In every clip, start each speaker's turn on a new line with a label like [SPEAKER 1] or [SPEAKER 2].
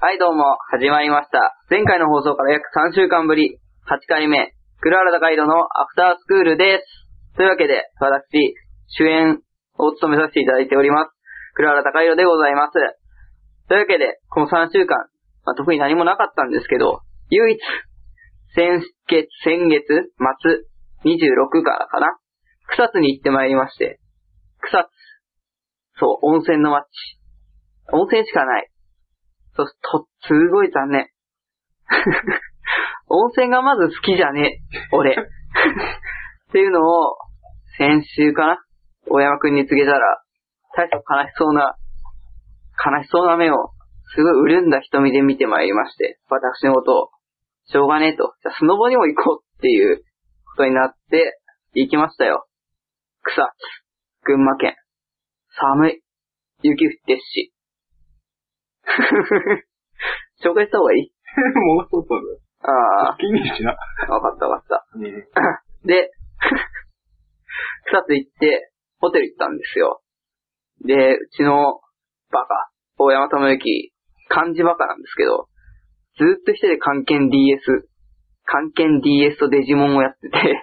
[SPEAKER 1] はい、どうも、始まりました。前回の放送から約3週間ぶり、8回目、黒原高井戸のアフタースクールです。というわけで、私、主演を務めさせていただいております。黒原高井戸でございます。というわけで、この3週間、まあ、特に何もなかったんですけど、唯一、先月、先月末、26からかな、草津に行ってまいりまして、草津、そう、温泉の街。温泉しかない。そうすと、すごい残念。 温泉がまず好きじゃねえ、俺。っていうのを、先週かな大山くんに告げたら、大した悲しそうな、悲しそうな目を、すごい潤んだ瞳で見てまいりまして、私のことを、しょうがねえと、じゃあスノボにも行こうっていうことになって、行きましたよ。草津、群馬県。寒い。雪降ってっし。 紹介した方がいい
[SPEAKER 2] もうそろそろ。
[SPEAKER 1] あ
[SPEAKER 2] 気にしな。
[SPEAKER 1] あ、わかったわかった。
[SPEAKER 2] うん。
[SPEAKER 1] で、 草津行って、ホテル行ったんですよ。で、うちのバカ、大山智之、漢字バカなんですけど、ずーっと一人で関検 DS、関検 DS とデジモンをやって て、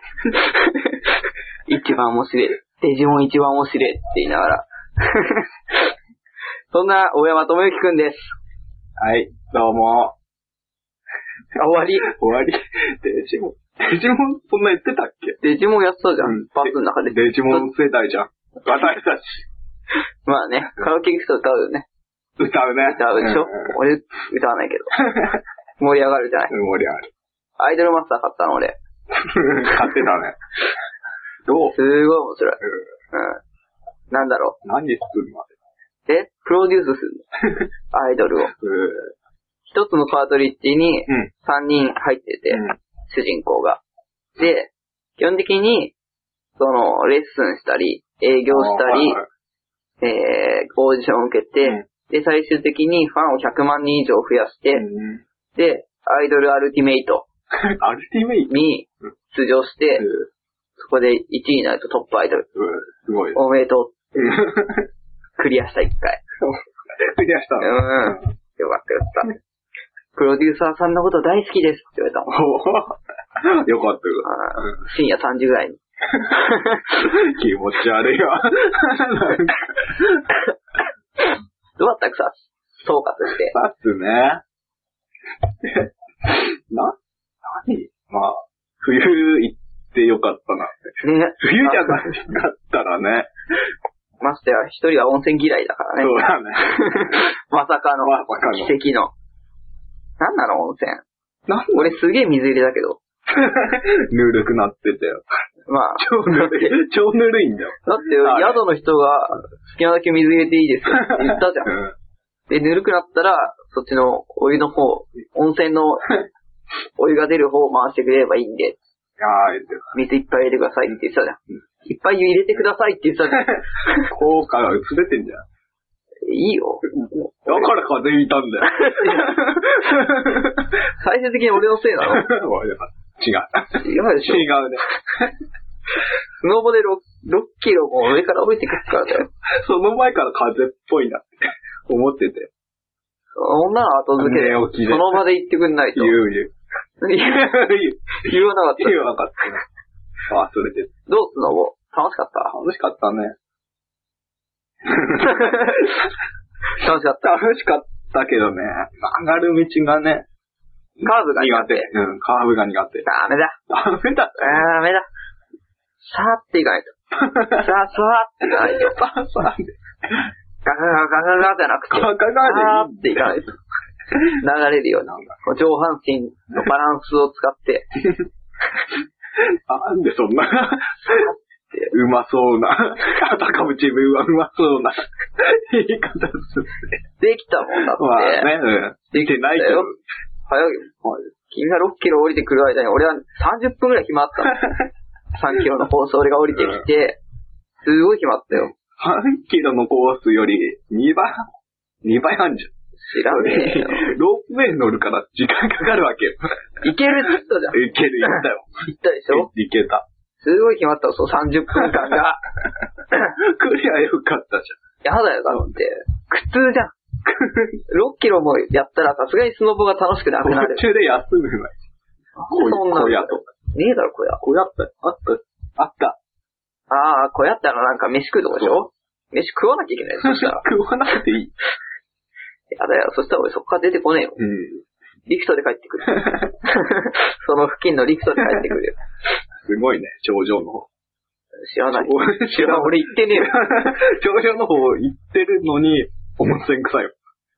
[SPEAKER 1] 一番面白い。デジモン一番面白いって言いながら。 そんな大山智之くんです。
[SPEAKER 2] はい、どうも。
[SPEAKER 1] あ、終わり。
[SPEAKER 2] 終わり。デジモン。デジモン、そんな言ってたっけ
[SPEAKER 1] デジモンやってたじゃ
[SPEAKER 2] うんん。
[SPEAKER 1] バスの中で。
[SPEAKER 2] デジモン世代じゃん。私たち、
[SPEAKER 1] まあね、カラオケ行くと歌うよね。
[SPEAKER 2] 歌うね。
[SPEAKER 1] 歌うでしょ、
[SPEAKER 2] ん
[SPEAKER 1] 俺、歌わない けど。盛り上がるじゃない。
[SPEAKER 2] うん、盛り上がる。
[SPEAKER 1] アイドルマスター買ったの俺。
[SPEAKER 2] 買ってたね。どう
[SPEAKER 1] すごい面白い。
[SPEAKER 2] う
[SPEAKER 1] うん。なんだろ
[SPEAKER 2] ん何するまで。
[SPEAKER 1] う。で、プロデュースする の。アイドルを。一つのカートリッジに
[SPEAKER 2] うん
[SPEAKER 1] 3人入ってて、
[SPEAKER 2] うん
[SPEAKER 1] 主人公が。で、基本的に、その、レッスンしたり、営業したり、えー、オーディションを受けて、
[SPEAKER 2] うん
[SPEAKER 1] で、最終的にファンを100万人以上増やして、
[SPEAKER 2] うん。
[SPEAKER 1] で、アイドルアルティメイト
[SPEAKER 2] アルティメイト。
[SPEAKER 1] に出場して、
[SPEAKER 2] うん
[SPEAKER 1] そこで1位になるとトップアイドル。
[SPEAKER 2] すごい。
[SPEAKER 1] おめでと
[SPEAKER 2] うん
[SPEAKER 1] う。クリアした1回。
[SPEAKER 2] クリアした
[SPEAKER 1] うん。
[SPEAKER 2] の。
[SPEAKER 1] よかったよかった。プロデューサーさんのこと大好きですって言われたもん。
[SPEAKER 2] おーよか
[SPEAKER 1] あ
[SPEAKER 2] ったよかった。
[SPEAKER 1] ー
[SPEAKER 2] うん
[SPEAKER 1] 深夜3時ぐらい に。
[SPEAKER 2] 気持ち悪いわ。なんか
[SPEAKER 1] どうだったくさ、総括して。
[SPEAKER 2] さっすね。な、なにまあ、冬行ってよかったな。
[SPEAKER 1] ね。
[SPEAKER 2] 冬じゃなかったらね。
[SPEAKER 1] ましてや、一人は温泉嫌いだからね
[SPEAKER 2] そ。うだね。
[SPEAKER 1] まさかの、
[SPEAKER 2] まさかの
[SPEAKER 1] 奇跡の。なんなの温泉。
[SPEAKER 2] なん
[SPEAKER 1] 俺すげえ水入れだけど。
[SPEAKER 2] ぬるくなってたよ。
[SPEAKER 1] まあ、
[SPEAKER 2] 超ぬるい。超ぬるいんだよ。
[SPEAKER 1] だって
[SPEAKER 2] あれ
[SPEAKER 1] 宿の人が好きなだけ水入れていいですよって言ったじゃ ん。
[SPEAKER 2] うん。
[SPEAKER 1] で、ぬるくなったら、そっちのお湯の方、温泉のお湯が出る方を回してくれればいいんで、
[SPEAKER 2] ああ、言ってた
[SPEAKER 1] 水いっぱい入れてくださいって言ってたじゃん。いっぱい湯入れてくださいって言ってたじゃん。
[SPEAKER 2] 効果が薄れてんじゃん。
[SPEAKER 1] いいよ。
[SPEAKER 2] だから風邪ひいたんだよ。
[SPEAKER 1] 最終的に俺のせいなの。
[SPEAKER 2] おい違
[SPEAKER 1] い
[SPEAKER 2] う。
[SPEAKER 1] やでしょ。
[SPEAKER 2] 違うね。
[SPEAKER 1] スノボで 6, 6キロも上から降りてくるからだよ。
[SPEAKER 2] その前から風邪っぽいなって思ってて。
[SPEAKER 1] 女は後付けで、
[SPEAKER 2] 寝起きで
[SPEAKER 1] その場で行ってくんないと。
[SPEAKER 2] 言う
[SPEAKER 1] 言
[SPEAKER 2] 言う。
[SPEAKER 1] う
[SPEAKER 2] 言う。
[SPEAKER 1] 言わなかっ
[SPEAKER 2] 意
[SPEAKER 1] た。
[SPEAKER 2] 味はなかったね。あ、それで。
[SPEAKER 1] どうスノボ楽しか った
[SPEAKER 2] 楽しかったね。
[SPEAKER 1] 楽しかっ
[SPEAKER 2] 楽しかったけどね。曲がる道がね。
[SPEAKER 1] た。カーブが
[SPEAKER 2] 苦手。うん、カーブが苦手。
[SPEAKER 1] ダメだ。
[SPEAKER 2] ダメだ。
[SPEAKER 1] ダメだ。さーっていかないと。さーさーっていかないと。
[SPEAKER 2] パーさんで。
[SPEAKER 1] ガガガガガガじゃなくて、
[SPEAKER 2] カ
[SPEAKER 1] さ
[SPEAKER 2] ーカー
[SPEAKER 1] ー
[SPEAKER 2] で
[SPEAKER 1] っていかないと。流れるような。
[SPEAKER 2] なんだ。
[SPEAKER 1] 上半身のバランスを使って、
[SPEAKER 2] なんでそんな。 うまそうな。あたかも自分はうまそうな。言い方する。
[SPEAKER 1] できたもんだ
[SPEAKER 2] まあ
[SPEAKER 1] って。
[SPEAKER 2] ね、うん。できてないけど。
[SPEAKER 1] 早いよ。君が6キロ降りてくる間に、俺は30分くらい暇あったの。3キロの放送俺が降りてきて、すごい暇あったよ。
[SPEAKER 2] 3キロのコースより2倍、2倍半じゃん。
[SPEAKER 1] 知らねえよ。
[SPEAKER 2] ロープウェイ乗るから時間かかるわけよ。
[SPEAKER 1] いけるって言ったじゃん。
[SPEAKER 2] いける、いったよ。
[SPEAKER 1] 言ったでしょ
[SPEAKER 2] いけた。
[SPEAKER 1] すごい暇あったの、そう30分間が。
[SPEAKER 2] クリアよかったじ
[SPEAKER 1] やだよ、だって。苦痛じゃん。 6キロもやったらさすがにスノボが楽しくなく
[SPEAKER 2] 途
[SPEAKER 1] なる。
[SPEAKER 2] 中で休むな。こう
[SPEAKER 1] そんな
[SPEAKER 2] 小屋と。
[SPEAKER 1] ねえだろ、小屋。
[SPEAKER 2] 小屋って、あった、あった。
[SPEAKER 1] ああ、小屋ってあのなんか飯食うとこでしょ飯食わなきゃいけ ない。そしたら。
[SPEAKER 2] 食わなくていい。
[SPEAKER 1] やだよ、そしたら俺そこから出てこねえよ。
[SPEAKER 2] うん。
[SPEAKER 1] リクトで帰ってく る。その付近のリクトで帰ってくるよ。
[SPEAKER 2] すごいね、頂上の方。
[SPEAKER 1] 知らない。
[SPEAKER 2] 知
[SPEAKER 1] いや、俺行ってねえ よ。
[SPEAKER 2] 頂上の方行ってるのに、温泉臭いよ。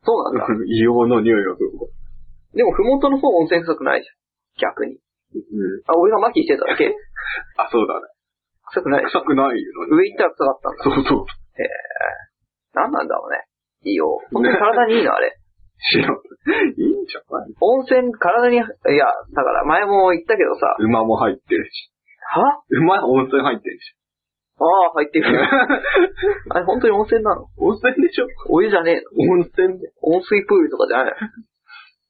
[SPEAKER 1] そうなんだ。
[SPEAKER 2] 硫黄の匂いがする。う
[SPEAKER 1] でも、ふもとの方温泉臭くないじゃん。逆に。
[SPEAKER 2] ん。
[SPEAKER 1] あ、俺が麻痺してただけ
[SPEAKER 2] あ、そうだね。
[SPEAKER 1] 臭くないでしょ
[SPEAKER 2] 臭くないのに。
[SPEAKER 1] 上行ったら臭かったんだ。
[SPEAKER 2] そうそう。
[SPEAKER 1] なんなんだろうね。いいよ。本当に体にいいのあれ。
[SPEAKER 2] 知らん。いいんじゃない
[SPEAKER 1] 温泉、体に、いや、だから前も言ったけどさ、
[SPEAKER 2] 馬も入ってるし。
[SPEAKER 1] は
[SPEAKER 2] 馬、温泉入ってるし。
[SPEAKER 1] ああ、入ってく る。あれ、本当に温泉なの
[SPEAKER 2] 温泉でしょ
[SPEAKER 1] お湯じゃねえの
[SPEAKER 2] 温泉で。
[SPEAKER 1] 温水プールとかじゃない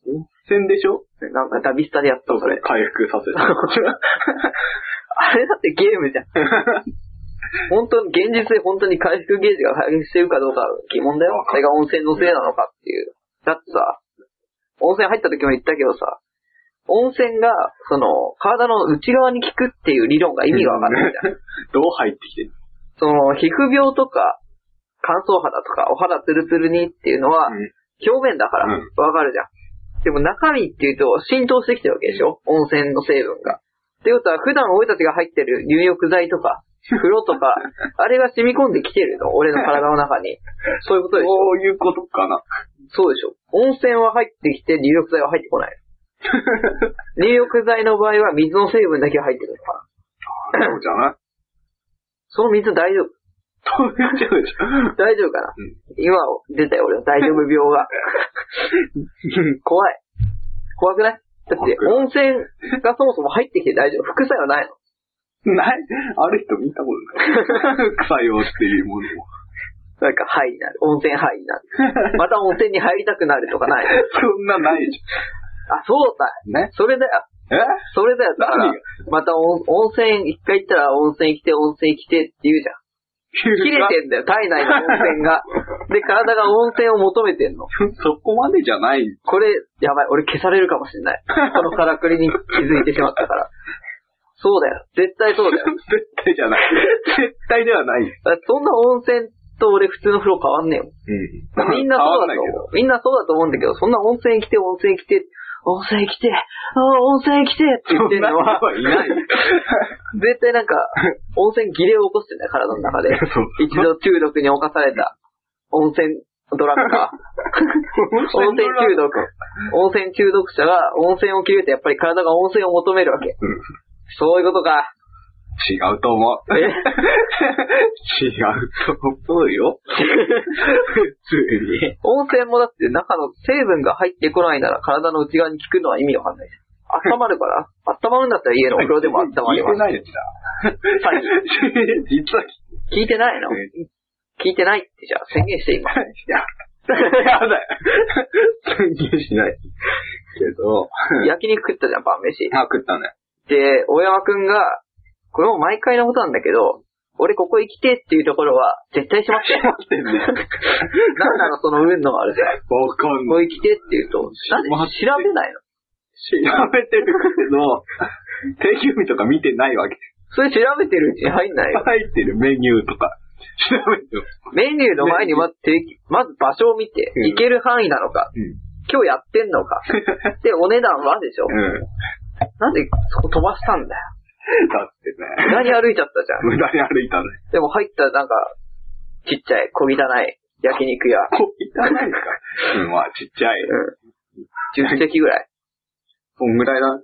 [SPEAKER 2] 温泉でしょ
[SPEAKER 1] のなんかダビスタでやった
[SPEAKER 2] そう
[SPEAKER 1] の、そ
[SPEAKER 2] そ
[SPEAKER 1] れ
[SPEAKER 2] う、。回復させる。
[SPEAKER 1] あれだってゲームじゃん。本当に、現実で本当に回復ゲージが回復してるかどうか疑問だよ
[SPEAKER 2] わ。か
[SPEAKER 1] それが温泉のせいなのかっていう。だってさ、温泉入った時も言ったけどさ、温泉が、その、体の内側に効くっていう理論 が意味がわかんないじゃん。
[SPEAKER 2] どう入ってきてる
[SPEAKER 1] その、皮膚病とか、乾燥肌とか、お肌ツルツルにっていうのは
[SPEAKER 2] う、ん
[SPEAKER 1] 表面だから
[SPEAKER 2] うん、
[SPEAKER 1] わかるじゃん。でも中身っていうと、浸透してきてるわけでしょ温泉の成分が。っていうことは、普段俺たちが入ってる入浴剤と か、風呂とか、あれが染み込んできてるの俺の体の中に。そういうことでしょ
[SPEAKER 2] そういうことかな。
[SPEAKER 1] そうでしょ温泉は入ってきて、入浴剤は入ってこない。 入浴剤の場合は、水の成分だけが入ってるのかな。
[SPEAKER 2] そうじゃない
[SPEAKER 1] その水大丈夫
[SPEAKER 2] そう言っちゃうでしょ
[SPEAKER 1] 大丈夫かな、今出たよ、俺の大丈夫病 が。怖い。怖くないだって
[SPEAKER 2] 怖く、ない
[SPEAKER 1] 温泉がそもそも入ってきて大丈夫。副作用ないの。
[SPEAKER 2] ないある人見たこ とない。臭いよっていうものも。
[SPEAKER 1] なんか、肺になる。温泉肺にな る。また温泉に入りたくなるとかないの。
[SPEAKER 2] そんなないじ
[SPEAKER 1] あ、そうだ。
[SPEAKER 2] ゃん。ね
[SPEAKER 1] それだよ。
[SPEAKER 2] え
[SPEAKER 1] それだよ。だか
[SPEAKER 2] 何
[SPEAKER 1] ら
[SPEAKER 2] が、
[SPEAKER 1] また温温泉、一回行ったら温泉来て、温泉来てって言うじゃん。切れてんだよ、体内の温泉 が。で、体が温泉を求めてんの。
[SPEAKER 2] そこまでじゃない。
[SPEAKER 1] これ、やばい、俺消されるかもしれ ない。このからくりに気づいてしまったから。そうだよ。絶対そうだよ。
[SPEAKER 2] 絶対じゃない。絶対ではない。う
[SPEAKER 1] だってそんな温泉と俺普通の風呂変わんねえもん。
[SPEAKER 2] ん
[SPEAKER 1] みんなそうだと思う。みんなそうだと思うんだけど、そんな温泉来て、温泉来て、温泉来て、ああ、温泉来てって言
[SPEAKER 2] 変
[SPEAKER 1] っ
[SPEAKER 2] わ
[SPEAKER 1] て
[SPEAKER 2] ら
[SPEAKER 1] るのは、
[SPEAKER 2] ないけど。そんな 人はいない。
[SPEAKER 1] 絶対なんか、温泉儀礼を起こしてんだよ、体の中で。
[SPEAKER 2] そう
[SPEAKER 1] 一度中毒に侵された、温泉ドラッ カー。温泉中毒。温泉中毒者が温泉を切るとやっぱり体が温泉を求めるわけ。
[SPEAKER 2] うん
[SPEAKER 1] そういうことか。
[SPEAKER 2] 違うと思う。違
[SPEAKER 1] え
[SPEAKER 2] うと思うよ。普通に。
[SPEAKER 1] 温泉もだって中の成分が入ってこないなら体の内側に効くのは意味わかんないじゃん。温まるから温まるんだったら家のお風呂でも温まり
[SPEAKER 2] 聞い
[SPEAKER 1] ま
[SPEAKER 2] て
[SPEAKER 1] す。
[SPEAKER 2] ないやつだ。 実は聞
[SPEAKER 1] 聞いてないの
[SPEAKER 2] いてない。
[SPEAKER 1] 聞いてないってじゃあ宣言して今。
[SPEAKER 2] いや、やだよ。宣言しない。けど、
[SPEAKER 1] 焼肉食ったじゃん、晩飯。
[SPEAKER 2] あ、食ったね。
[SPEAKER 1] で、大山くんが、これも毎回のことなんだけど、俺ここ行きてっていうところは絶対しませ ん。
[SPEAKER 2] 待ってんね。
[SPEAKER 1] なんなのその運のあるさ。
[SPEAKER 2] わかん
[SPEAKER 1] こ
[SPEAKER 2] ない。
[SPEAKER 1] こ行きてって言うと、なんで調べないの
[SPEAKER 2] 調べてるけど、定休日とか見てないわけ。
[SPEAKER 1] それ調べてるうちに入んないよ。
[SPEAKER 2] 入ってるメニューとか。調べてよ。
[SPEAKER 1] メニューの前にまず定期、まず場所を見て、
[SPEAKER 2] うん
[SPEAKER 1] 行ける範囲なのか、
[SPEAKER 2] うん。
[SPEAKER 1] 今日やってんの か、で、お値段はでしょ。
[SPEAKER 2] うん。
[SPEAKER 1] なんでそこ飛ばしたんだよ。
[SPEAKER 2] だってね。
[SPEAKER 1] 何歩いちゃったじゃん。
[SPEAKER 2] 無駄に歩い たね。
[SPEAKER 1] でも入ったらなんか、ちっちゃい、小汚い焼肉屋。
[SPEAKER 2] こう、いたないか。うん、まあ、ちっちゃい。
[SPEAKER 1] うん。10席ぐらい。
[SPEAKER 2] こんぐらいだ。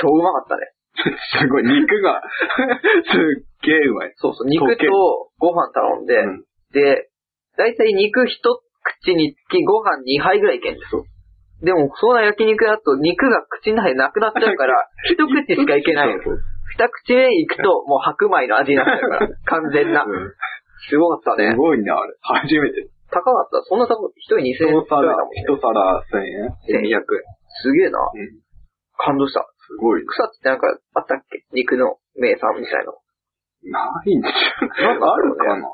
[SPEAKER 1] 超うまかったね。
[SPEAKER 2] すごい、肉が、 すっげえうまい。
[SPEAKER 1] そうそう、肉
[SPEAKER 2] 溶ける
[SPEAKER 1] とご飯頼んで、
[SPEAKER 2] うん
[SPEAKER 1] で、だいたい肉一口につきご飯2杯ぐらいいけんだよ
[SPEAKER 2] そう
[SPEAKER 1] でも、そんな焼肉だと肉が口の中でなくなっちゃうから、 一口しかいけない。
[SPEAKER 2] そう
[SPEAKER 1] 二口目行くと、もう白米の味になっちゃうから、完全な。
[SPEAKER 2] うん
[SPEAKER 1] すごかった
[SPEAKER 2] す
[SPEAKER 1] ね。
[SPEAKER 2] ごいね、あれ。初めて。
[SPEAKER 1] 高かった。そんな高い、一人2000円
[SPEAKER 2] 一
[SPEAKER 1] くらい
[SPEAKER 2] 皿
[SPEAKER 1] だもん、ね。
[SPEAKER 2] 一皿1000円 ?1200 円。
[SPEAKER 1] すげえな。
[SPEAKER 2] うん
[SPEAKER 1] 感動した。
[SPEAKER 2] すごい。
[SPEAKER 1] 草津ってなんかあったっけ肉の名産みたいなの。
[SPEAKER 2] ないんじゃん。あるかな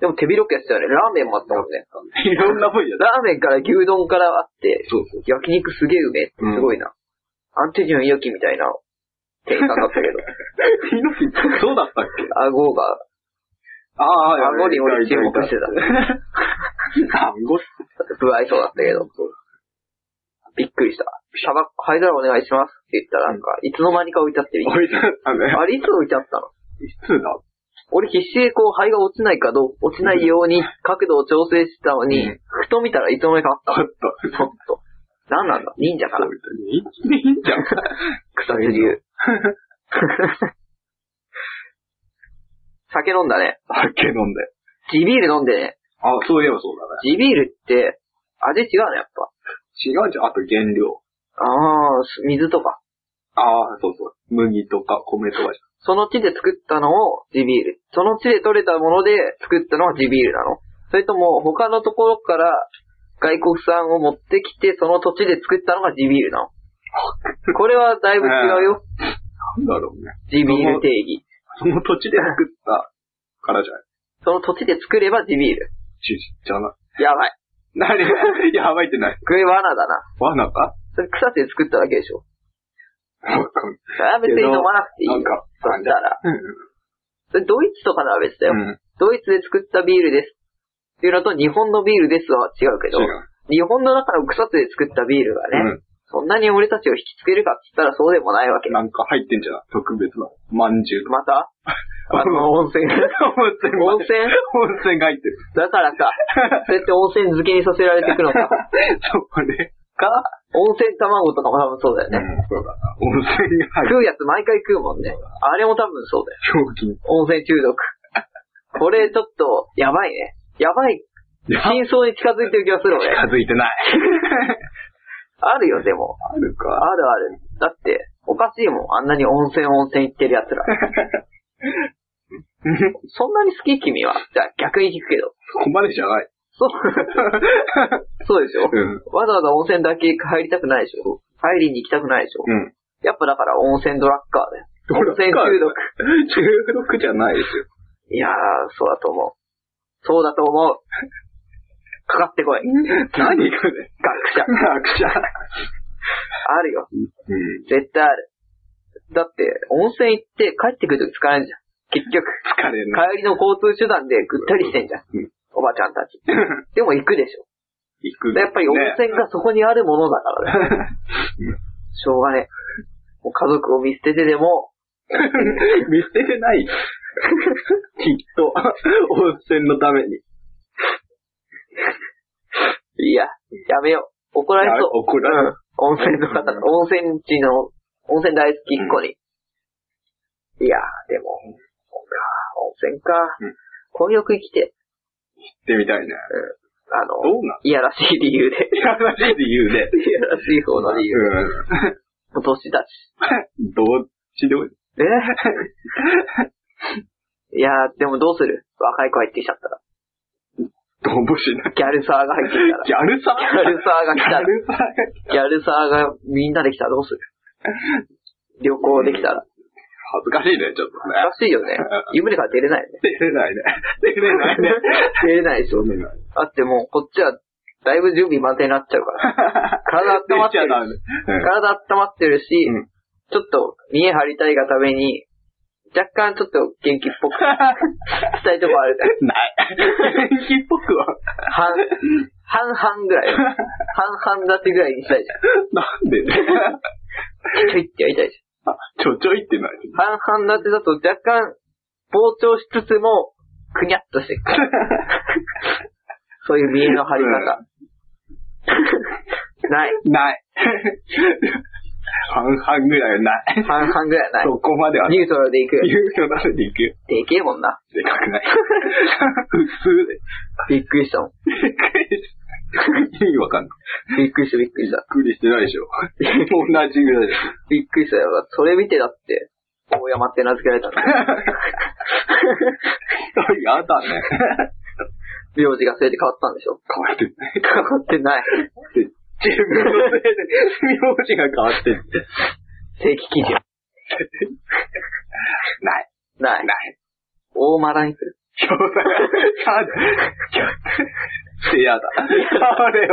[SPEAKER 1] でも手広くやってたよね。ラーメンもあったもんね。
[SPEAKER 2] いろんなもんやだ。
[SPEAKER 1] ラーメンから牛丼からあって、
[SPEAKER 2] そうそう。
[SPEAKER 1] 焼肉すげえうめえってすごいな。アンテジオン猪木みたいな店員さんだったけど、
[SPEAKER 2] 猪木、そうだったっけ
[SPEAKER 1] 顎が、
[SPEAKER 2] ああ、あ
[SPEAKER 1] 顎に俺注目して た。
[SPEAKER 2] あ、ごっ
[SPEAKER 1] 不愛想だったけど、びっくりした。シャバ、灰皿お願いしますって言ったら、なんか、いつの間にか置いちゃってる。
[SPEAKER 2] 置いてあったね。
[SPEAKER 1] あれいつ置いちゃったの
[SPEAKER 2] いつだ
[SPEAKER 1] 俺必死でこう灰が落ちないかどう、落ちないように角度を調整してたのに、
[SPEAKER 2] うん
[SPEAKER 1] ふと見たらいつの間にか あ
[SPEAKER 2] あ
[SPEAKER 1] っ
[SPEAKER 2] った。
[SPEAKER 1] た。ちょっと。なんなんだ忍者か
[SPEAKER 2] そ
[SPEAKER 1] ら
[SPEAKER 2] う。みたいに。いいんじゃん。
[SPEAKER 1] 草津流。酒飲んだね。
[SPEAKER 2] 酒飲んで。
[SPEAKER 1] 地ビール飲んでね。
[SPEAKER 2] あ、そういえばそうだね。
[SPEAKER 1] 地ビールって、味違うのやっぱ。
[SPEAKER 2] 違うじゃん。あと原料。
[SPEAKER 1] ああ、水とか。
[SPEAKER 2] ああ、そうそう。麦とか米とかじ
[SPEAKER 1] その地で作ったのを地ビール。その地で取れたもので作ったのは地ビールなのそれとも他のところから外国産を持ってきてその土地で作ったのが地ビールなのこれはだいぶ違うよ。
[SPEAKER 2] ゃん。なんだろうね。
[SPEAKER 1] 地ビール定義。
[SPEAKER 2] その土地で作ったからじゃない。
[SPEAKER 1] その土地で作れば地ビール。
[SPEAKER 2] ち、じゃな。
[SPEAKER 1] やばい。
[SPEAKER 2] なにやばいってない。
[SPEAKER 1] これ罠だな。
[SPEAKER 2] 罠か
[SPEAKER 1] それ草津で作っただけでしょ。
[SPEAKER 2] わかん
[SPEAKER 1] それは別に飲まなくていい
[SPEAKER 2] な
[SPEAKER 1] よ
[SPEAKER 2] い。なん。か、
[SPEAKER 1] そ
[SPEAKER 2] あん
[SPEAKER 1] し
[SPEAKER 2] じ
[SPEAKER 1] た
[SPEAKER 2] ゃん
[SPEAKER 1] ら。それドイツとかなら別だよ。
[SPEAKER 2] うん。
[SPEAKER 1] ドイツで作ったビールです。っていうのと日本のビールですは違うけど、
[SPEAKER 2] 違う。
[SPEAKER 1] 日本の中の草津で作ったビールがね、そんなに俺たちを引きつけるかって言ったらそうでもないわけ
[SPEAKER 2] うん。。なんか入ってんじゃん。特別な。まんじゅうとか。
[SPEAKER 1] またあの、温泉。
[SPEAKER 2] 温泉ま
[SPEAKER 1] 温
[SPEAKER 2] で、
[SPEAKER 1] 泉
[SPEAKER 2] 温泉が入ってる。
[SPEAKER 1] だからさ、そうやって温泉漬けにさせられていくの か。
[SPEAKER 2] そこで。
[SPEAKER 1] か、温泉卵とかも多分そうだよ
[SPEAKER 2] う
[SPEAKER 1] ね。
[SPEAKER 2] ん、そうだな。温泉が入る。
[SPEAKER 1] 食うやつ毎回食うもんね。あれも多分そうだよ。
[SPEAKER 2] 賞金。
[SPEAKER 1] 温泉中 毒。これちょっと、やばいね。やばい。真相に近づいてる気がする俺。
[SPEAKER 2] 近づいてない。
[SPEAKER 1] あるよ、でも。
[SPEAKER 2] ある
[SPEAKER 1] あ
[SPEAKER 2] か。
[SPEAKER 1] るある。だって、おかしいもん。あんなに温泉温泉行ってる奴 ら。そんなに好き君は。じゃあ逆に聞くけど。
[SPEAKER 2] そこまでじゃない。
[SPEAKER 1] そう、そうでしょ
[SPEAKER 2] うん。
[SPEAKER 1] わざわざ温泉だけ入りたくないでしょ入りに行きたくないでしょ
[SPEAKER 2] うん。
[SPEAKER 1] やっぱだから温泉ドラッカーだよ。温泉中毒。
[SPEAKER 2] 毒。中毒じゃないですよ。
[SPEAKER 1] いやー、そうだと思う。そうだと思う。 かかってこい。
[SPEAKER 2] 何これ。
[SPEAKER 1] 学者。
[SPEAKER 2] 学者。
[SPEAKER 1] あるよ。
[SPEAKER 2] うん。
[SPEAKER 1] 絶対ある。だって、温泉行って帰ってくるとき使えんじゃん。結局、
[SPEAKER 2] 疲れない。
[SPEAKER 1] 帰りの交通手段でぐったりしてんじゃん
[SPEAKER 2] うん。
[SPEAKER 1] おばちゃんたち。でも行くでしょ。
[SPEAKER 2] 行く。
[SPEAKER 1] でやっぱり温泉がそこにあるものだからね。しょうがねえ。もう家族を見捨ててでも、
[SPEAKER 2] ね。 見捨ててない。きっと、温泉のために。
[SPEAKER 1] いや、やめよう。怒られそう。
[SPEAKER 2] 怒られる。
[SPEAKER 1] 温泉の方、温泉地の、温泉大好きっ子に。いや、でも、そうか、温泉か
[SPEAKER 2] うん。
[SPEAKER 1] 混浴生きて、
[SPEAKER 2] 行ってみたいね。
[SPEAKER 1] あ
[SPEAKER 2] ど
[SPEAKER 1] の、
[SPEAKER 2] うない
[SPEAKER 1] やらしい理由で。
[SPEAKER 2] いやらしい理由で。
[SPEAKER 1] いやらしい方の理由。お年だし。
[SPEAKER 2] うん。どっちでもいい。
[SPEAKER 1] え いやー、でもどうする若い子入ってきちゃったら。
[SPEAKER 2] どうもしない。
[SPEAKER 1] ギャルサーが入ってきたら。
[SPEAKER 2] ギャルさ
[SPEAKER 1] ギャルサーが来たら。
[SPEAKER 2] ギャル
[SPEAKER 1] ギャルサー
[SPEAKER 2] さ
[SPEAKER 1] がみんなで来たらどうする旅行できたら。
[SPEAKER 2] 恥ずかしいね、ちょっとね。
[SPEAKER 1] らしいよね。夢から出れないよね。
[SPEAKER 2] 出れないね。出れ ないね。
[SPEAKER 1] 出れないでしょ。
[SPEAKER 2] 出れない。
[SPEAKER 1] だってもう、こっちは、だいぶ準備満点になっちゃう から。体温まってるし。体温まってるし、
[SPEAKER 2] うん
[SPEAKER 1] ちょっと、見え張りたいがために、若干ちょっと元気っぽくしたいとこある から。
[SPEAKER 2] ない。元気っぽくは。
[SPEAKER 1] 半、半々ぐらい。半々立ちぐらいにしたいじ
[SPEAKER 2] なんでね。
[SPEAKER 1] ゃん。ちょいってやりたいじ
[SPEAKER 2] あちょちょいってない。
[SPEAKER 1] ゃ ん。半々立ちだと若干、膨張しつつも、くにゃっとしてくる。そういう見えの張り方。 ない。
[SPEAKER 2] ない。半々ぐらいはない。
[SPEAKER 1] 半々ぐらいはない。
[SPEAKER 2] そこまではない。
[SPEAKER 1] ニュートラルでいくよ。
[SPEAKER 2] 優勝なのでいくよ。
[SPEAKER 1] でけえもんな。
[SPEAKER 2] でかくない。 普通で。
[SPEAKER 1] びっくりしたもん。
[SPEAKER 2] 意味わかんない。
[SPEAKER 1] びっくりした、びっくりした。
[SPEAKER 2] びっくりしてないでしょ。同じぐらい で
[SPEAKER 1] びっくりしたよ。それ見てだって、大山って名付けられたの。
[SPEAKER 2] す。や だね。
[SPEAKER 1] 名字がそれで変わったんでしょ
[SPEAKER 2] 変わってない。
[SPEAKER 1] 変わってない。
[SPEAKER 2] 自分のせいで、名字が変わってって。
[SPEAKER 1] 正規基準。
[SPEAKER 2] ない。
[SPEAKER 1] ない。
[SPEAKER 2] ない。
[SPEAKER 1] 大マラにする。
[SPEAKER 2] ょうだい。ちょっと、やだ。これは。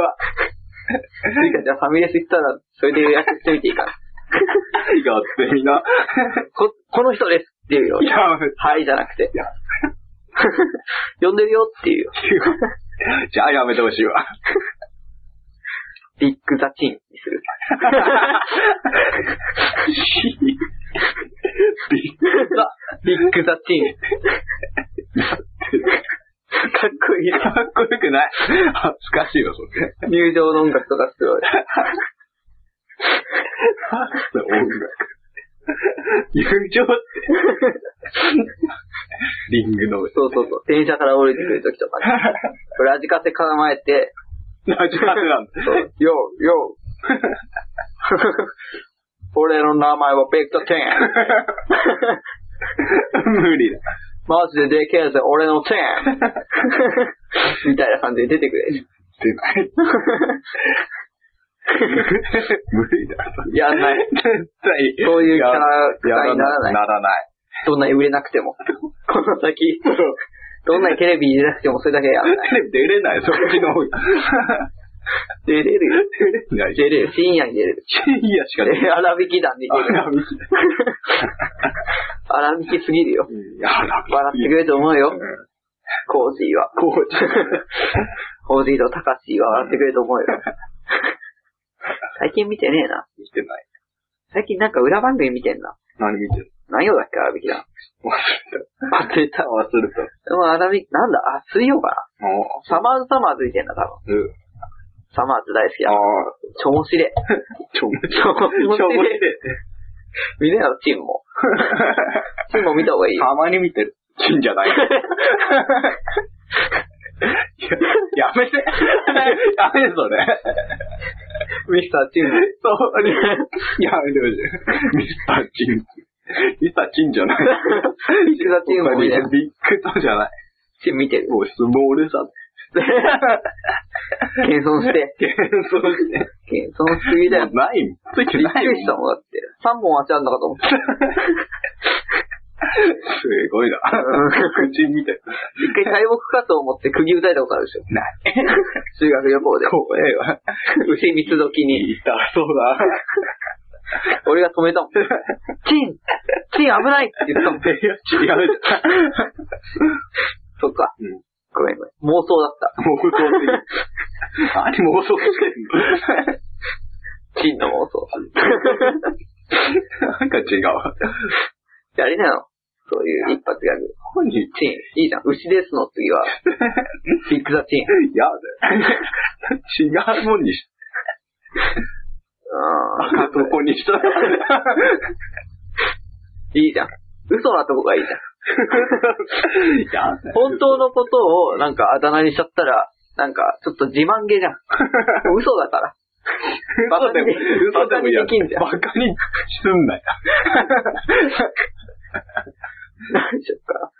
[SPEAKER 1] いいか、じゃあファミレス行ったら、それで予約してみていいかな。
[SPEAKER 2] やってみな。
[SPEAKER 1] こ、この人ですっていうよ
[SPEAKER 2] い。や、
[SPEAKER 1] はいじゃなくて
[SPEAKER 2] いや。
[SPEAKER 1] 呼んでるよっていうよ。
[SPEAKER 2] じゃあやめてほしいわ。
[SPEAKER 1] ビッグザチンにする。
[SPEAKER 2] ビッグザ
[SPEAKER 1] ビッグザチン。かっこいいな。
[SPEAKER 2] かっこよくない恥ずかしいわ、それ。
[SPEAKER 1] 入場の音楽とかすごい。
[SPEAKER 2] 音楽。友情って。リン グの。
[SPEAKER 1] そうそうそう。電車から降りてくるときとかね。これラジカセ構えて、
[SPEAKER 2] ラジカセなんだ。
[SPEAKER 1] よう、よう。 俺の名前はビッグザチン。
[SPEAKER 2] 無理だ。
[SPEAKER 1] マジででけえぜ、俺のチェ ーンみたいな感じで出てくれ。
[SPEAKER 2] 出ない。無理だ。
[SPEAKER 1] やんない。
[SPEAKER 2] 絶対。
[SPEAKER 1] そういうキャラクターにならない
[SPEAKER 2] ならない。
[SPEAKER 1] どんなに売れなくても。この先。どんなにテレビに出なくてもそれだけやんない。
[SPEAKER 2] テレビ出れない、そっちの方が。
[SPEAKER 1] 出れるよ。
[SPEAKER 2] 出れない。
[SPEAKER 1] 出れる。深夜に出れる。
[SPEAKER 2] 深夜しか出れない。
[SPEAKER 1] 荒引き団に出る。荒引きすぎるよ。
[SPEAKER 2] いや、笑
[SPEAKER 1] 笑ってくれると思うよ。コージーは。
[SPEAKER 2] こうじゃん。
[SPEAKER 1] コージーとタカシーは笑ってくれると思うよ。最近見てねえな。
[SPEAKER 2] 見てない。
[SPEAKER 1] 最近なんか裏番組見てんな。
[SPEAKER 2] 何見てる
[SPEAKER 1] 何曜だっけ荒引き団。
[SPEAKER 2] 忘れ
[SPEAKER 1] 忘れた
[SPEAKER 2] た。。忘れた。
[SPEAKER 1] でも荒引き、なんだあ、水曜かな
[SPEAKER 2] も
[SPEAKER 1] サマーズサマーズ見てんだ、多分。
[SPEAKER 2] う、うん。
[SPEAKER 1] サマーズ大好きだ
[SPEAKER 2] あ。
[SPEAKER 1] 超面白い。
[SPEAKER 2] あ、ちょ、めち
[SPEAKER 1] 超面
[SPEAKER 2] ゃ
[SPEAKER 1] 白
[SPEAKER 2] 面
[SPEAKER 1] い。見れなの、チンも。チンも見た方がいい。
[SPEAKER 2] たまに見てる。チンじゃない。 ややめ て。やめて、それ。
[SPEAKER 1] ミスターチンも。
[SPEAKER 2] そう、やめてほしい。ミスターチン。ミスターチンじゃない。
[SPEAKER 1] ミスターチンも
[SPEAKER 2] ビ
[SPEAKER 1] 見て
[SPEAKER 2] ッ
[SPEAKER 1] る。
[SPEAKER 2] グとじゃない。
[SPEAKER 1] チン見てる。
[SPEAKER 2] もう相撲でさ、
[SPEAKER 1] 謙遜して。
[SPEAKER 2] 謙遜して。
[SPEAKER 1] 謙遜しすぎだよ。
[SPEAKER 2] ないもん。ついて
[SPEAKER 1] びっ
[SPEAKER 2] ない
[SPEAKER 1] く
[SPEAKER 2] もん
[SPEAKER 1] りしたもん、だって。3本足あんのかと思った。
[SPEAKER 2] すごいな。口見てる。
[SPEAKER 1] 一回大木かと思って釘打たれたことあるでしょ。
[SPEAKER 2] ない。
[SPEAKER 1] 修学旅行で。
[SPEAKER 2] 怖えわ。
[SPEAKER 1] 牛三つ時に。
[SPEAKER 2] 痛そうだ。
[SPEAKER 1] 俺が止めた もん。チンチン危ないって言ったもん。
[SPEAKER 2] いや、違う。
[SPEAKER 1] そっか。
[SPEAKER 2] うん
[SPEAKER 1] ごめんごめん。妄想だった。
[SPEAKER 2] 妄想的。何妄想してんの
[SPEAKER 1] チンの妄想。
[SPEAKER 2] なんか違う。
[SPEAKER 1] やりなよ。そういう一発ギャグ。
[SPEAKER 2] 何言って
[SPEAKER 1] チン、いいじゃん。牛ですの次 は。ビッグザチン。
[SPEAKER 2] やだよ。違うもんにし
[SPEAKER 1] う
[SPEAKER 2] た。そこにした。
[SPEAKER 1] ん。 いいじゃん。嘘なとこがいいじゃん。
[SPEAKER 2] やだよ。
[SPEAKER 1] 本当のことをなんかあだ名にしちゃったら、なんかちょっと自慢げじゃん。 嘘だから。
[SPEAKER 2] 嘘でも、嘘でもや
[SPEAKER 1] バカにできんじゃん
[SPEAKER 2] バカにすんなよ。
[SPEAKER 1] 何しよっか。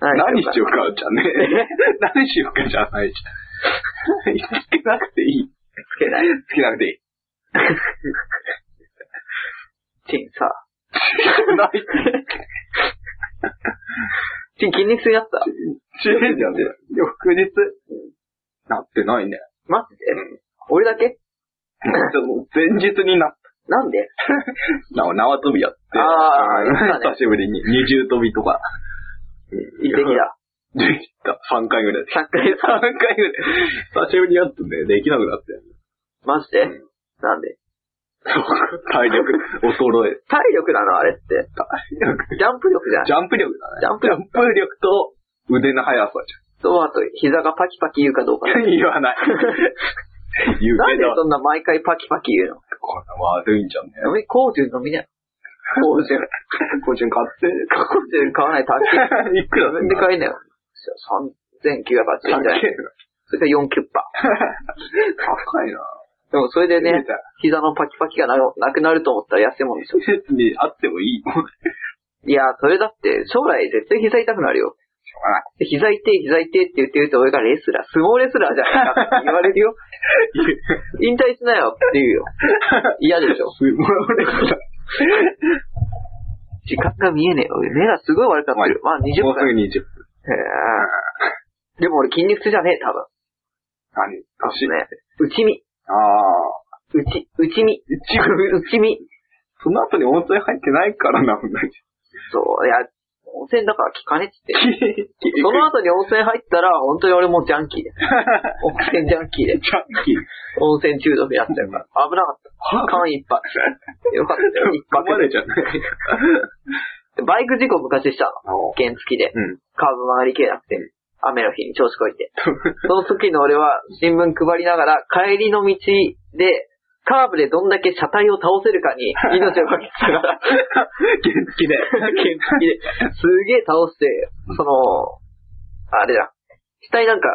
[SPEAKER 2] 何しようかじゃねえ。何しようかじゃないじゃん。つけなくていい。
[SPEAKER 1] つけない。
[SPEAKER 2] つけなくていい。
[SPEAKER 1] チンさ。
[SPEAKER 2] ない。
[SPEAKER 1] チン筋肉痛になった。
[SPEAKER 2] 知れんじゃん。翌日。なってないね。
[SPEAKER 1] マジで俺だけ
[SPEAKER 2] 前日になっ
[SPEAKER 1] なんで
[SPEAKER 2] な縄跳びやって。
[SPEAKER 1] あーやったね
[SPEAKER 2] 久しぶりに二重跳びとか。
[SPEAKER 1] 遺跡だ。
[SPEAKER 2] できた。3回ぐらい。
[SPEAKER 1] 3回だ。
[SPEAKER 2] 3回ぐらい。久しぶりにやってね、できなくなって。
[SPEAKER 1] マジで
[SPEAKER 2] うん
[SPEAKER 1] なんで
[SPEAKER 2] 体力、衰え
[SPEAKER 1] 体力なのあれって。
[SPEAKER 2] た。 体力
[SPEAKER 1] ジャンプ力じゃない
[SPEAKER 2] ジャンプ力だね。
[SPEAKER 1] ジャンプ
[SPEAKER 2] ジャンプ力と腕の速さ
[SPEAKER 1] そう、あと膝がパキパキ言うかどうか
[SPEAKER 2] じ。ゃん。 言わない。言う
[SPEAKER 1] なん
[SPEAKER 2] け
[SPEAKER 1] で
[SPEAKER 2] ど、
[SPEAKER 1] そんな毎回パキパキ言うの
[SPEAKER 2] これ悪いんじゃんね。
[SPEAKER 1] 飲み、コージュン飲みなよ。コージュン。
[SPEAKER 2] 個人買って。
[SPEAKER 1] コージュン買わないと飽きる。
[SPEAKER 2] いくら
[SPEAKER 1] 自分で買えんだよ。3980円じゃない。それから4キュッパ。
[SPEAKER 2] 高いな。
[SPEAKER 1] でもそれでね
[SPEAKER 2] 出、た
[SPEAKER 1] 膝のパキパキがななくなると思ったら安いもんでしょ。
[SPEAKER 2] 別 にあってもいいもん。しょう
[SPEAKER 1] いや、それだって将来絶対膝痛くなるよ。
[SPEAKER 2] がない。
[SPEAKER 1] で膝痛い、膝痛いって言ってると俺がレスラー、相撲レスラーじゃないかって言われ るよ。引退しなよって言うよ。嫌でしょ。
[SPEAKER 2] すごい俺が
[SPEAKER 1] 時間が見えねえよ。俺目がすごい悪くなってる。まあ20
[SPEAKER 2] もうす
[SPEAKER 1] 分。
[SPEAKER 2] ぐ20分。
[SPEAKER 1] へえ。でも俺筋肉痛じゃねえ、多分。
[SPEAKER 2] 何足、
[SPEAKER 1] ね。内身。
[SPEAKER 2] ああ。
[SPEAKER 1] 内、内身。
[SPEAKER 2] 一部、
[SPEAKER 1] 内身。
[SPEAKER 2] その後に温泉入ってないからな、同じ。
[SPEAKER 1] そう、いや、温泉だから効かねえ って。そ
[SPEAKER 2] そ
[SPEAKER 1] の後に温泉入ったら、本当に俺もうジャン キーで。温泉ジャンキーで。
[SPEAKER 2] ジャンキー。
[SPEAKER 1] 温泉中毒になっちゃうから。危なかった。
[SPEAKER 2] は
[SPEAKER 1] 間一発。よかった よ。一
[SPEAKER 2] 噛ま
[SPEAKER 1] 発
[SPEAKER 2] れちゃない。
[SPEAKER 1] で。バイク事故昔したの。原付きで。
[SPEAKER 2] うん。
[SPEAKER 1] カーブ曲がりきれなくて。雨の日に調子こいて。その時の俺は新聞配りながら帰りの道で、カーブでどんだけ車体を倒せるか に命をかけてたから、
[SPEAKER 2] 原付で。
[SPEAKER 1] 原付きで、すげえ倒して、その、あれだ、額なんか、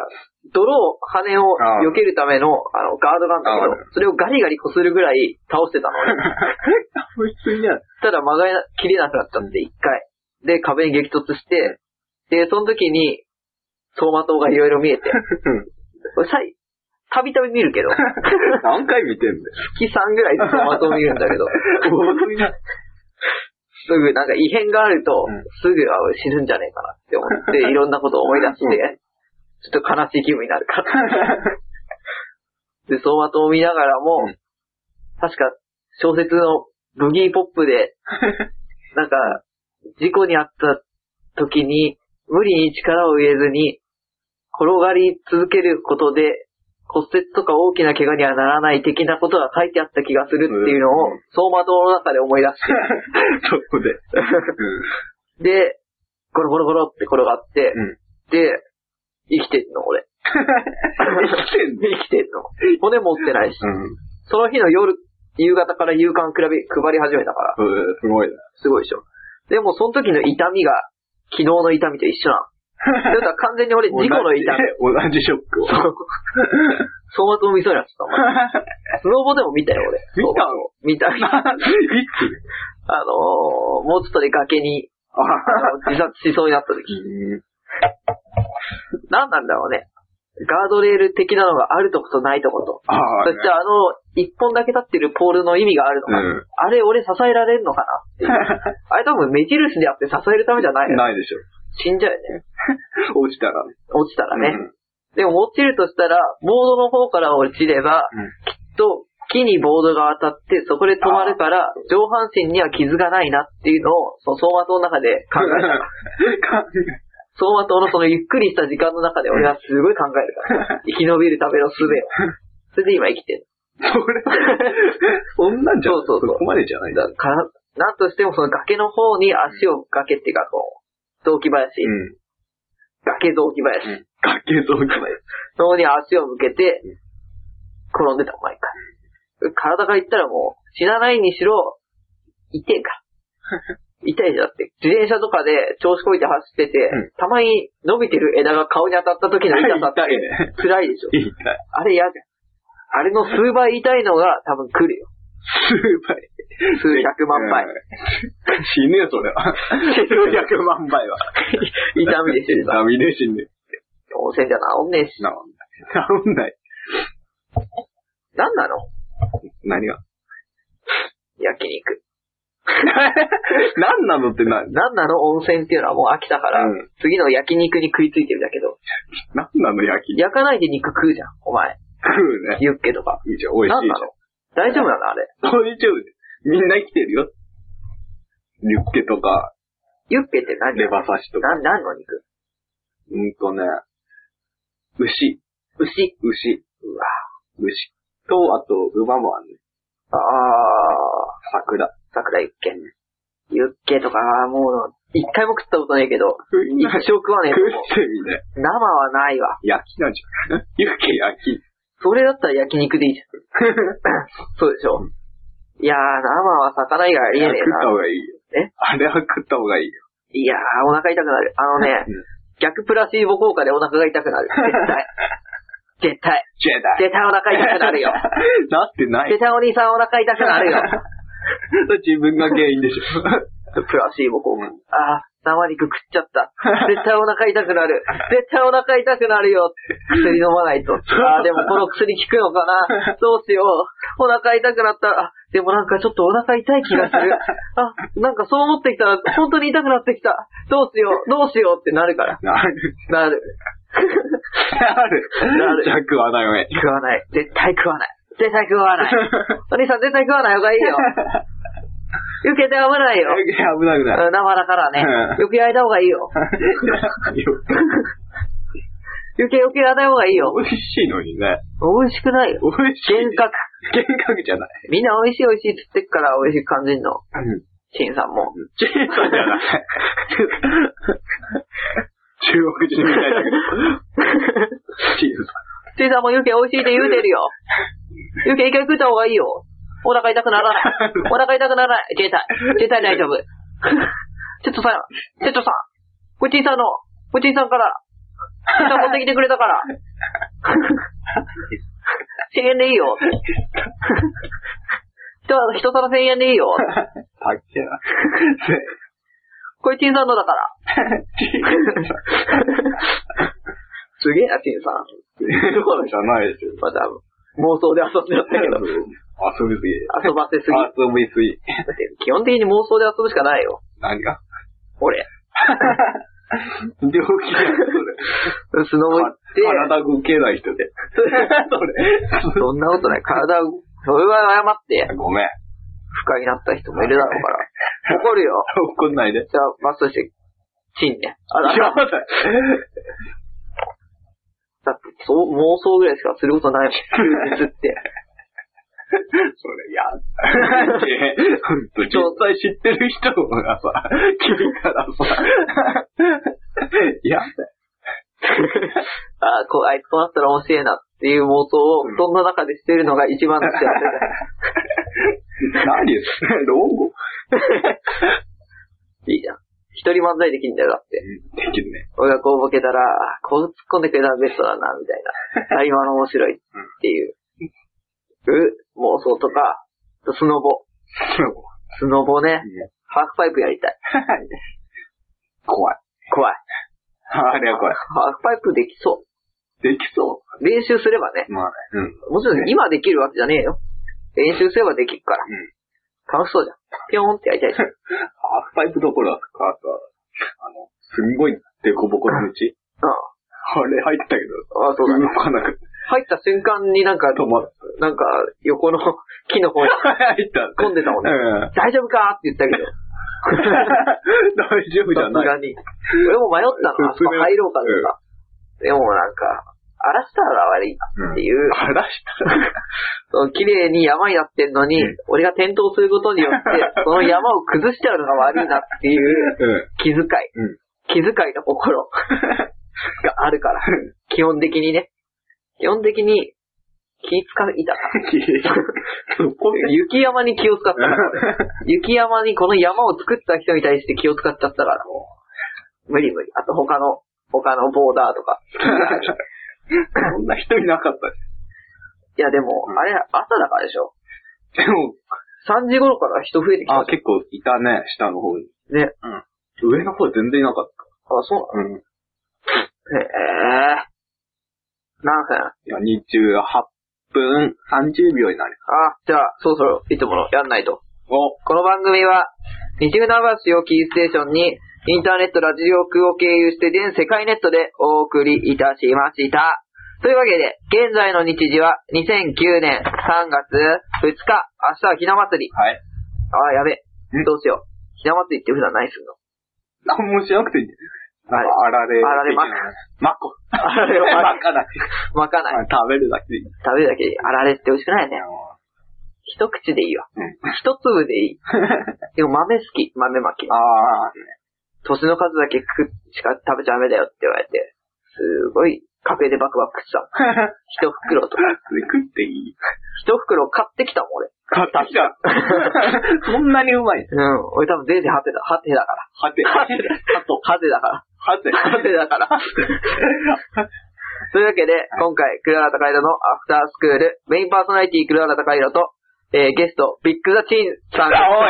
[SPEAKER 1] 泥を、羽を避けるための、あの、ガードがあるんだけど、それをガリガリ擦るぐらい倒してたの。
[SPEAKER 2] 倒しすぎない。
[SPEAKER 1] ただ曲がりきれなくなっちゃって、一回。で、壁に激突して、で、その時に、走馬灯がいろいろ見えて、俺さい、たびたび見るけ ど、
[SPEAKER 2] 何回見てんだよ。
[SPEAKER 1] 月3ぐらい走馬灯見るんだけど、
[SPEAKER 2] 多すぎない。
[SPEAKER 1] すぐなんか異変があると
[SPEAKER 2] うん、
[SPEAKER 1] すぐ、あ、俺死ぬんじゃねえかなって思って、 いろんなことを思い出して、ちょっと悲しい気分になるから。で、走馬灯を見ながらも、
[SPEAKER 2] うん
[SPEAKER 1] 確か小説のブギーポップ で、なんか、事故にあった時に、無理に力を入れずに、転がり続けることで、骨折とか大きな怪我にはならない的なことが書いてあった気がするっていうのを
[SPEAKER 2] うん、
[SPEAKER 1] 走馬灯の中で思い出して、
[SPEAKER 2] そこで。
[SPEAKER 1] で、ゴロゴロゴロって転がって、
[SPEAKER 2] うん
[SPEAKER 1] で、生きてんの、 俺。
[SPEAKER 2] 生きてんの
[SPEAKER 1] 生きてんの。骨持ってないし。
[SPEAKER 2] うん。
[SPEAKER 1] その日の夜、夕方から夕刊比べ、配り始めたから、
[SPEAKER 2] うんすごいな。
[SPEAKER 1] すごいでしょ。でも、その時の痛みが、昨日の痛みと一緒なの。 だから完全に俺、事故の痛み。
[SPEAKER 2] 同じ同じショックを。
[SPEAKER 1] そう。走馬灯見そうになっちゃったお前。スノボでも見たよ、俺。
[SPEAKER 2] 見たの
[SPEAKER 1] 見 た。あの
[SPEAKER 2] いつ
[SPEAKER 1] ー、もうちょっとで崖に、あの自殺しそうになった時。
[SPEAKER 2] うん
[SPEAKER 1] 何なんだろうね。ガードレール的なのがあるとことないとこと。
[SPEAKER 2] ああ
[SPEAKER 1] そしてあの、一本だけ立ってるポールの意味があるのか。
[SPEAKER 2] うん
[SPEAKER 1] あれ俺支えられるのかなっていう。あれ多分目印であって支えるためじゃないよね。
[SPEAKER 2] ないでし
[SPEAKER 1] 死んじゃうよね。
[SPEAKER 2] ょ。落ちたらね。
[SPEAKER 1] 落ちたらね。
[SPEAKER 2] うん
[SPEAKER 1] でも落ちるとしたら、ボードの方から落ちれば、
[SPEAKER 2] うん
[SPEAKER 1] きっと木にボードが当たって、そこで止まるから、上半身には傷がないなっていうのを、その走馬灯の中で考 えた。
[SPEAKER 2] 考えた
[SPEAKER 1] 走馬灯のそのゆっくりした時間の中で俺はすごい考える から。生き延びるための術を。それで今生きてる。
[SPEAKER 2] それ、そんなんじゃ
[SPEAKER 1] そうそうそう
[SPEAKER 2] こまでじゃないんだ。
[SPEAKER 1] だから、なんとしてもその崖の方に足を崖っていうか、こう、雑木林、
[SPEAKER 2] うん。
[SPEAKER 1] 崖雑木林
[SPEAKER 2] うん崖像ぐらい。
[SPEAKER 1] の方に足を向けて、転んでた、毎回。体がいったらもう、死なないにしろ、痛えから。 痛いじゃんだって。自転車とかで調子こいて走ってて、
[SPEAKER 2] うん
[SPEAKER 1] たまに伸びてる枝が顔に当たった時の痛さって
[SPEAKER 2] 痛いね。
[SPEAKER 1] 辛いでしょ。
[SPEAKER 2] 痛い。
[SPEAKER 1] あれ嫌じゃん。あれの数倍痛いのが多分来るよ。
[SPEAKER 2] 数倍。
[SPEAKER 1] 数百万倍。
[SPEAKER 2] うん。死ぬよ、それは。数百万倍は。
[SPEAKER 1] 痛みで死ぬ。
[SPEAKER 2] 痛みで死ぬ。
[SPEAKER 1] 温泉じゃ治んねえし。
[SPEAKER 2] 治んない。
[SPEAKER 1] なんなの
[SPEAKER 2] 何が
[SPEAKER 1] 焼肉。
[SPEAKER 2] 何なのって何
[SPEAKER 1] なんなの温泉っていうのはもう飽きたから、
[SPEAKER 2] うん
[SPEAKER 1] 次の焼肉に食いついてるだけど。
[SPEAKER 2] 何なの焼き肉
[SPEAKER 1] 焼かないで肉食うじゃん、お前。
[SPEAKER 2] 食うね。
[SPEAKER 1] ユッケとか。
[SPEAKER 2] いいじゃん、美味
[SPEAKER 1] な
[SPEAKER 2] し
[SPEAKER 1] ん
[SPEAKER 2] い
[SPEAKER 1] なの大丈夫なのあれ。
[SPEAKER 2] じゃん。大丈夫ですみんな生きてるよ。ユッケとか、
[SPEAKER 1] ユッケって何
[SPEAKER 2] レバ刺しとか。
[SPEAKER 1] な、何の肉
[SPEAKER 2] うんとね、
[SPEAKER 1] 牛。う
[SPEAKER 2] 牛、牛、
[SPEAKER 1] わ
[SPEAKER 2] 牛と、あと、馬もあるね。
[SPEAKER 1] ああ
[SPEAKER 2] 桜。
[SPEAKER 1] ー、桜ユッケ。ユッケとか、もう、一回も食ったことないけど、
[SPEAKER 2] 食い
[SPEAKER 1] 一
[SPEAKER 2] な
[SPEAKER 1] 生
[SPEAKER 2] い。
[SPEAKER 1] 食わねえと
[SPEAKER 2] 食っ
[SPEAKER 1] 思う
[SPEAKER 2] てみね。
[SPEAKER 1] 生はないわ。
[SPEAKER 2] 焼きなんじゃん。ユッケ焼き。
[SPEAKER 1] それだったら焼肉でいいじゃん。 そうでしょ。いやー、生は魚以外ありえね
[SPEAKER 2] 食
[SPEAKER 1] え
[SPEAKER 2] った
[SPEAKER 1] な。
[SPEAKER 2] 方がいいよ。
[SPEAKER 1] え
[SPEAKER 2] あれは食った方がいいよ。
[SPEAKER 1] いやー、お腹痛くなる。あのね、
[SPEAKER 2] うん
[SPEAKER 1] 逆プラシーボ効果でお腹が痛くなる。 絶対。絶対。
[SPEAKER 2] ジェダイ。
[SPEAKER 1] 絶対お腹痛くなるよ。
[SPEAKER 2] なってない
[SPEAKER 1] 絶。対お兄さんお腹痛くな るよ。
[SPEAKER 2] 自分が原因でしょ。
[SPEAKER 1] プラシーボ効果。ああ、生肉食っちゃ った。絶対お腹痛くなる。絶対お腹 痛くなるよ。薬飲まないと。ああ、でもこの薬効くのかな。どうしよう。お腹痛くなった。あ、でもなんかちょっとお腹痛い気がす る。あ、なんかそう思ってきたら、本当に痛くなってきた。どうしよう、どうしようってなるから。
[SPEAKER 2] なる。
[SPEAKER 1] なる。
[SPEAKER 2] なる。
[SPEAKER 1] なる
[SPEAKER 2] ジャックはないめ。
[SPEAKER 1] 食わない。絶対食わない。絶対食 わない。お兄さん絶対食わない方がいいよ。受けて危ないよ。うん
[SPEAKER 2] 危なくない。
[SPEAKER 1] 生だからね。
[SPEAKER 2] うん
[SPEAKER 1] よく焼いた方がいいよ。よけよけ焼いた方がいいよ。
[SPEAKER 2] 美味しいのにね。
[SPEAKER 1] 美味しくないよ。
[SPEAKER 2] 美味しい。
[SPEAKER 1] 幻覚。
[SPEAKER 2] 幻覚じゃない。
[SPEAKER 1] みんな美味しい美味しいって言ってっから美味しく感じんの。
[SPEAKER 2] うん。
[SPEAKER 1] シンさんも。
[SPEAKER 2] チェーンソーじゃない。中国人みたいだけど。チーズ
[SPEAKER 1] シンさんもユケ美味しいって言うてるよ。ユケ一回食った方がいいよ。お腹痛くならない。お腹痛くならない。絶対。絶対大丈夫。ちょっとさん、ちょっとさん、こっちさんの、こっちさんから、ちょっと持ってきてくれたから。1000円でいいよ。人は、人皿1000円でいいよ。
[SPEAKER 2] パッケな。
[SPEAKER 1] これチンさんのだから。
[SPEAKER 2] チ ーズ
[SPEAKER 1] すげえな、チンさん。
[SPEAKER 2] じゃないですよ。
[SPEAKER 1] また、妄想で遊んでやったけど、
[SPEAKER 2] 遊びすぎ。
[SPEAKER 1] 遊ばせすぎ。だ
[SPEAKER 2] 遊びすぎ。
[SPEAKER 1] って基本的に妄想で遊ぶしかないよ。
[SPEAKER 2] 何が
[SPEAKER 1] 俺。
[SPEAKER 2] 病気じゃん、そ
[SPEAKER 1] スノボ行
[SPEAKER 2] れ
[SPEAKER 1] っ。
[SPEAKER 2] 体動けない人で。
[SPEAKER 1] て、
[SPEAKER 2] それ。
[SPEAKER 1] そんなことない。体を、それは謝って、
[SPEAKER 2] ごめん。
[SPEAKER 1] 不快になった人もいるだろう から。怒るよ。
[SPEAKER 2] 怒んないで。
[SPEAKER 1] じゃあ、マスとして、チンね。あ、だ
[SPEAKER 2] やばい。
[SPEAKER 1] だってそう、妄想ぐらいしかすることないもん。休日って。
[SPEAKER 2] それ、やだ。 ほんと、実際知ってる人がさ、 君からさ、やだ。
[SPEAKER 1] あ、こう、あいつとなったら面白いなっていう妄想を、そんな中でしてるのが一番の幸せだ。
[SPEAKER 2] 何です老後
[SPEAKER 1] いいじゃん。一人漫才できんだよ、だって。
[SPEAKER 2] できるね。
[SPEAKER 1] 俺がこうボケたら、あこう突っ込んでくれたらベストだな、みたい な。あ、今の面白いっていう。う、妄想とか、スノボ。スノボね。ハーフパイプやりたい。
[SPEAKER 2] 怖い。
[SPEAKER 1] 怖い。
[SPEAKER 2] あれは怖い。
[SPEAKER 1] ハーフパイプできそ。
[SPEAKER 2] できそう
[SPEAKER 1] 練習すればね。
[SPEAKER 2] う。まあね。うん。
[SPEAKER 1] もちろん今できるわけじゃねえよ。練習すればできるから。
[SPEAKER 2] うん
[SPEAKER 1] 楽しそうじゃん。ピョーンってやりたいし。
[SPEAKER 2] ハーフパイプどころだとかさ、あの、すんごいデコボコの道。
[SPEAKER 1] あ
[SPEAKER 2] あれ入ったけど、
[SPEAKER 1] あ、あそうだね。
[SPEAKER 2] 動かなくて
[SPEAKER 1] 入った瞬間になんか、
[SPEAKER 2] 止まった。
[SPEAKER 1] なんか、横の木の 方に、
[SPEAKER 2] 入った。
[SPEAKER 1] 混んでたも んね
[SPEAKER 2] うん。
[SPEAKER 1] 大丈夫かって言ったけど。
[SPEAKER 2] 大丈夫じゃ
[SPEAKER 1] さ す
[SPEAKER 2] ない。
[SPEAKER 1] がに。俺も迷ったの。 あそこ入ろうかどうか。でもなんか、荒らしたら悪いなっていう、
[SPEAKER 2] 荒らしたら。
[SPEAKER 1] その綺麗に山になってんのに、
[SPEAKER 2] うん
[SPEAKER 1] 俺が転倒することによ って、その山を崩しちゃうのが悪いなっていう
[SPEAKER 2] うん。
[SPEAKER 1] 気遣い、
[SPEAKER 2] うん
[SPEAKER 1] 気遣いの 心があるから、基本的にね。基本的に気使いたから。
[SPEAKER 2] そこで。
[SPEAKER 1] 雪山に気を使ったから。雪山にこの山を作った人に対して気を使っちゃったから。無理無理。あと他の、他のボーダーとか。
[SPEAKER 2] そんな人いなかっ
[SPEAKER 1] いやでも
[SPEAKER 2] う、ん
[SPEAKER 1] あれ、朝だからでしょ。
[SPEAKER 2] た。でも、
[SPEAKER 1] 3時頃から人増えてきた
[SPEAKER 2] あ、。結構いたね、下の方に。
[SPEAKER 1] ね。
[SPEAKER 2] うん。上の方全然いなかっ
[SPEAKER 1] あ、そ
[SPEAKER 2] た。うん。いう
[SPEAKER 1] なのへえ。何分あ、
[SPEAKER 2] や、28分30秒になる。
[SPEAKER 1] じゃあ、そろそろいつものやんないと。
[SPEAKER 2] お、
[SPEAKER 1] この番組は、西船橋をキーステーションに、インターネットラジオクを経由して全世界ネットでお送りいたしました。というわけで、現在の日時は2009年3月2日、明日はひな祭り。
[SPEAKER 2] はい。
[SPEAKER 1] あー、やべ
[SPEAKER 2] う。ん
[SPEAKER 1] どうしよう。ひな祭りって普段何するの
[SPEAKER 2] 何もしなくていいんじゃないなんか、あられ。
[SPEAKER 1] あられま
[SPEAKER 2] まっこ。
[SPEAKER 1] あられを
[SPEAKER 2] まっかだけ。
[SPEAKER 1] まかない。
[SPEAKER 2] 食べるだけでいい。
[SPEAKER 1] 食べるだけで、あられって美味しくないね。一口でいいわ。
[SPEAKER 2] うん
[SPEAKER 1] 一粒でい い。でも豆好き、豆巻き。
[SPEAKER 2] ああ、
[SPEAKER 1] 年の数だけ食うしか食べちゃダメだよって言われて、すごい、家庭でバクバク食ってたの。一袋 とか。
[SPEAKER 2] 食っていい
[SPEAKER 1] 一袋買ってきたもん、俺。
[SPEAKER 2] 買ってきた。そんなにうま い。
[SPEAKER 1] うん。俺多分全然ハテだ。ハテだから。
[SPEAKER 2] はて。はて。
[SPEAKER 1] ハテだから。
[SPEAKER 2] はて。
[SPEAKER 1] ハテだ から。というわけで、今回、クララタカイロのアフタースクール、メインパーソナリティクララタカイロと、えー、ゲスト、ビッグザチンさんです。
[SPEAKER 2] お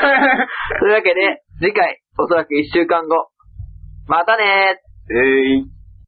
[SPEAKER 2] い。
[SPEAKER 1] というわけで、次回、おそらく1週間後。またねー
[SPEAKER 2] えい。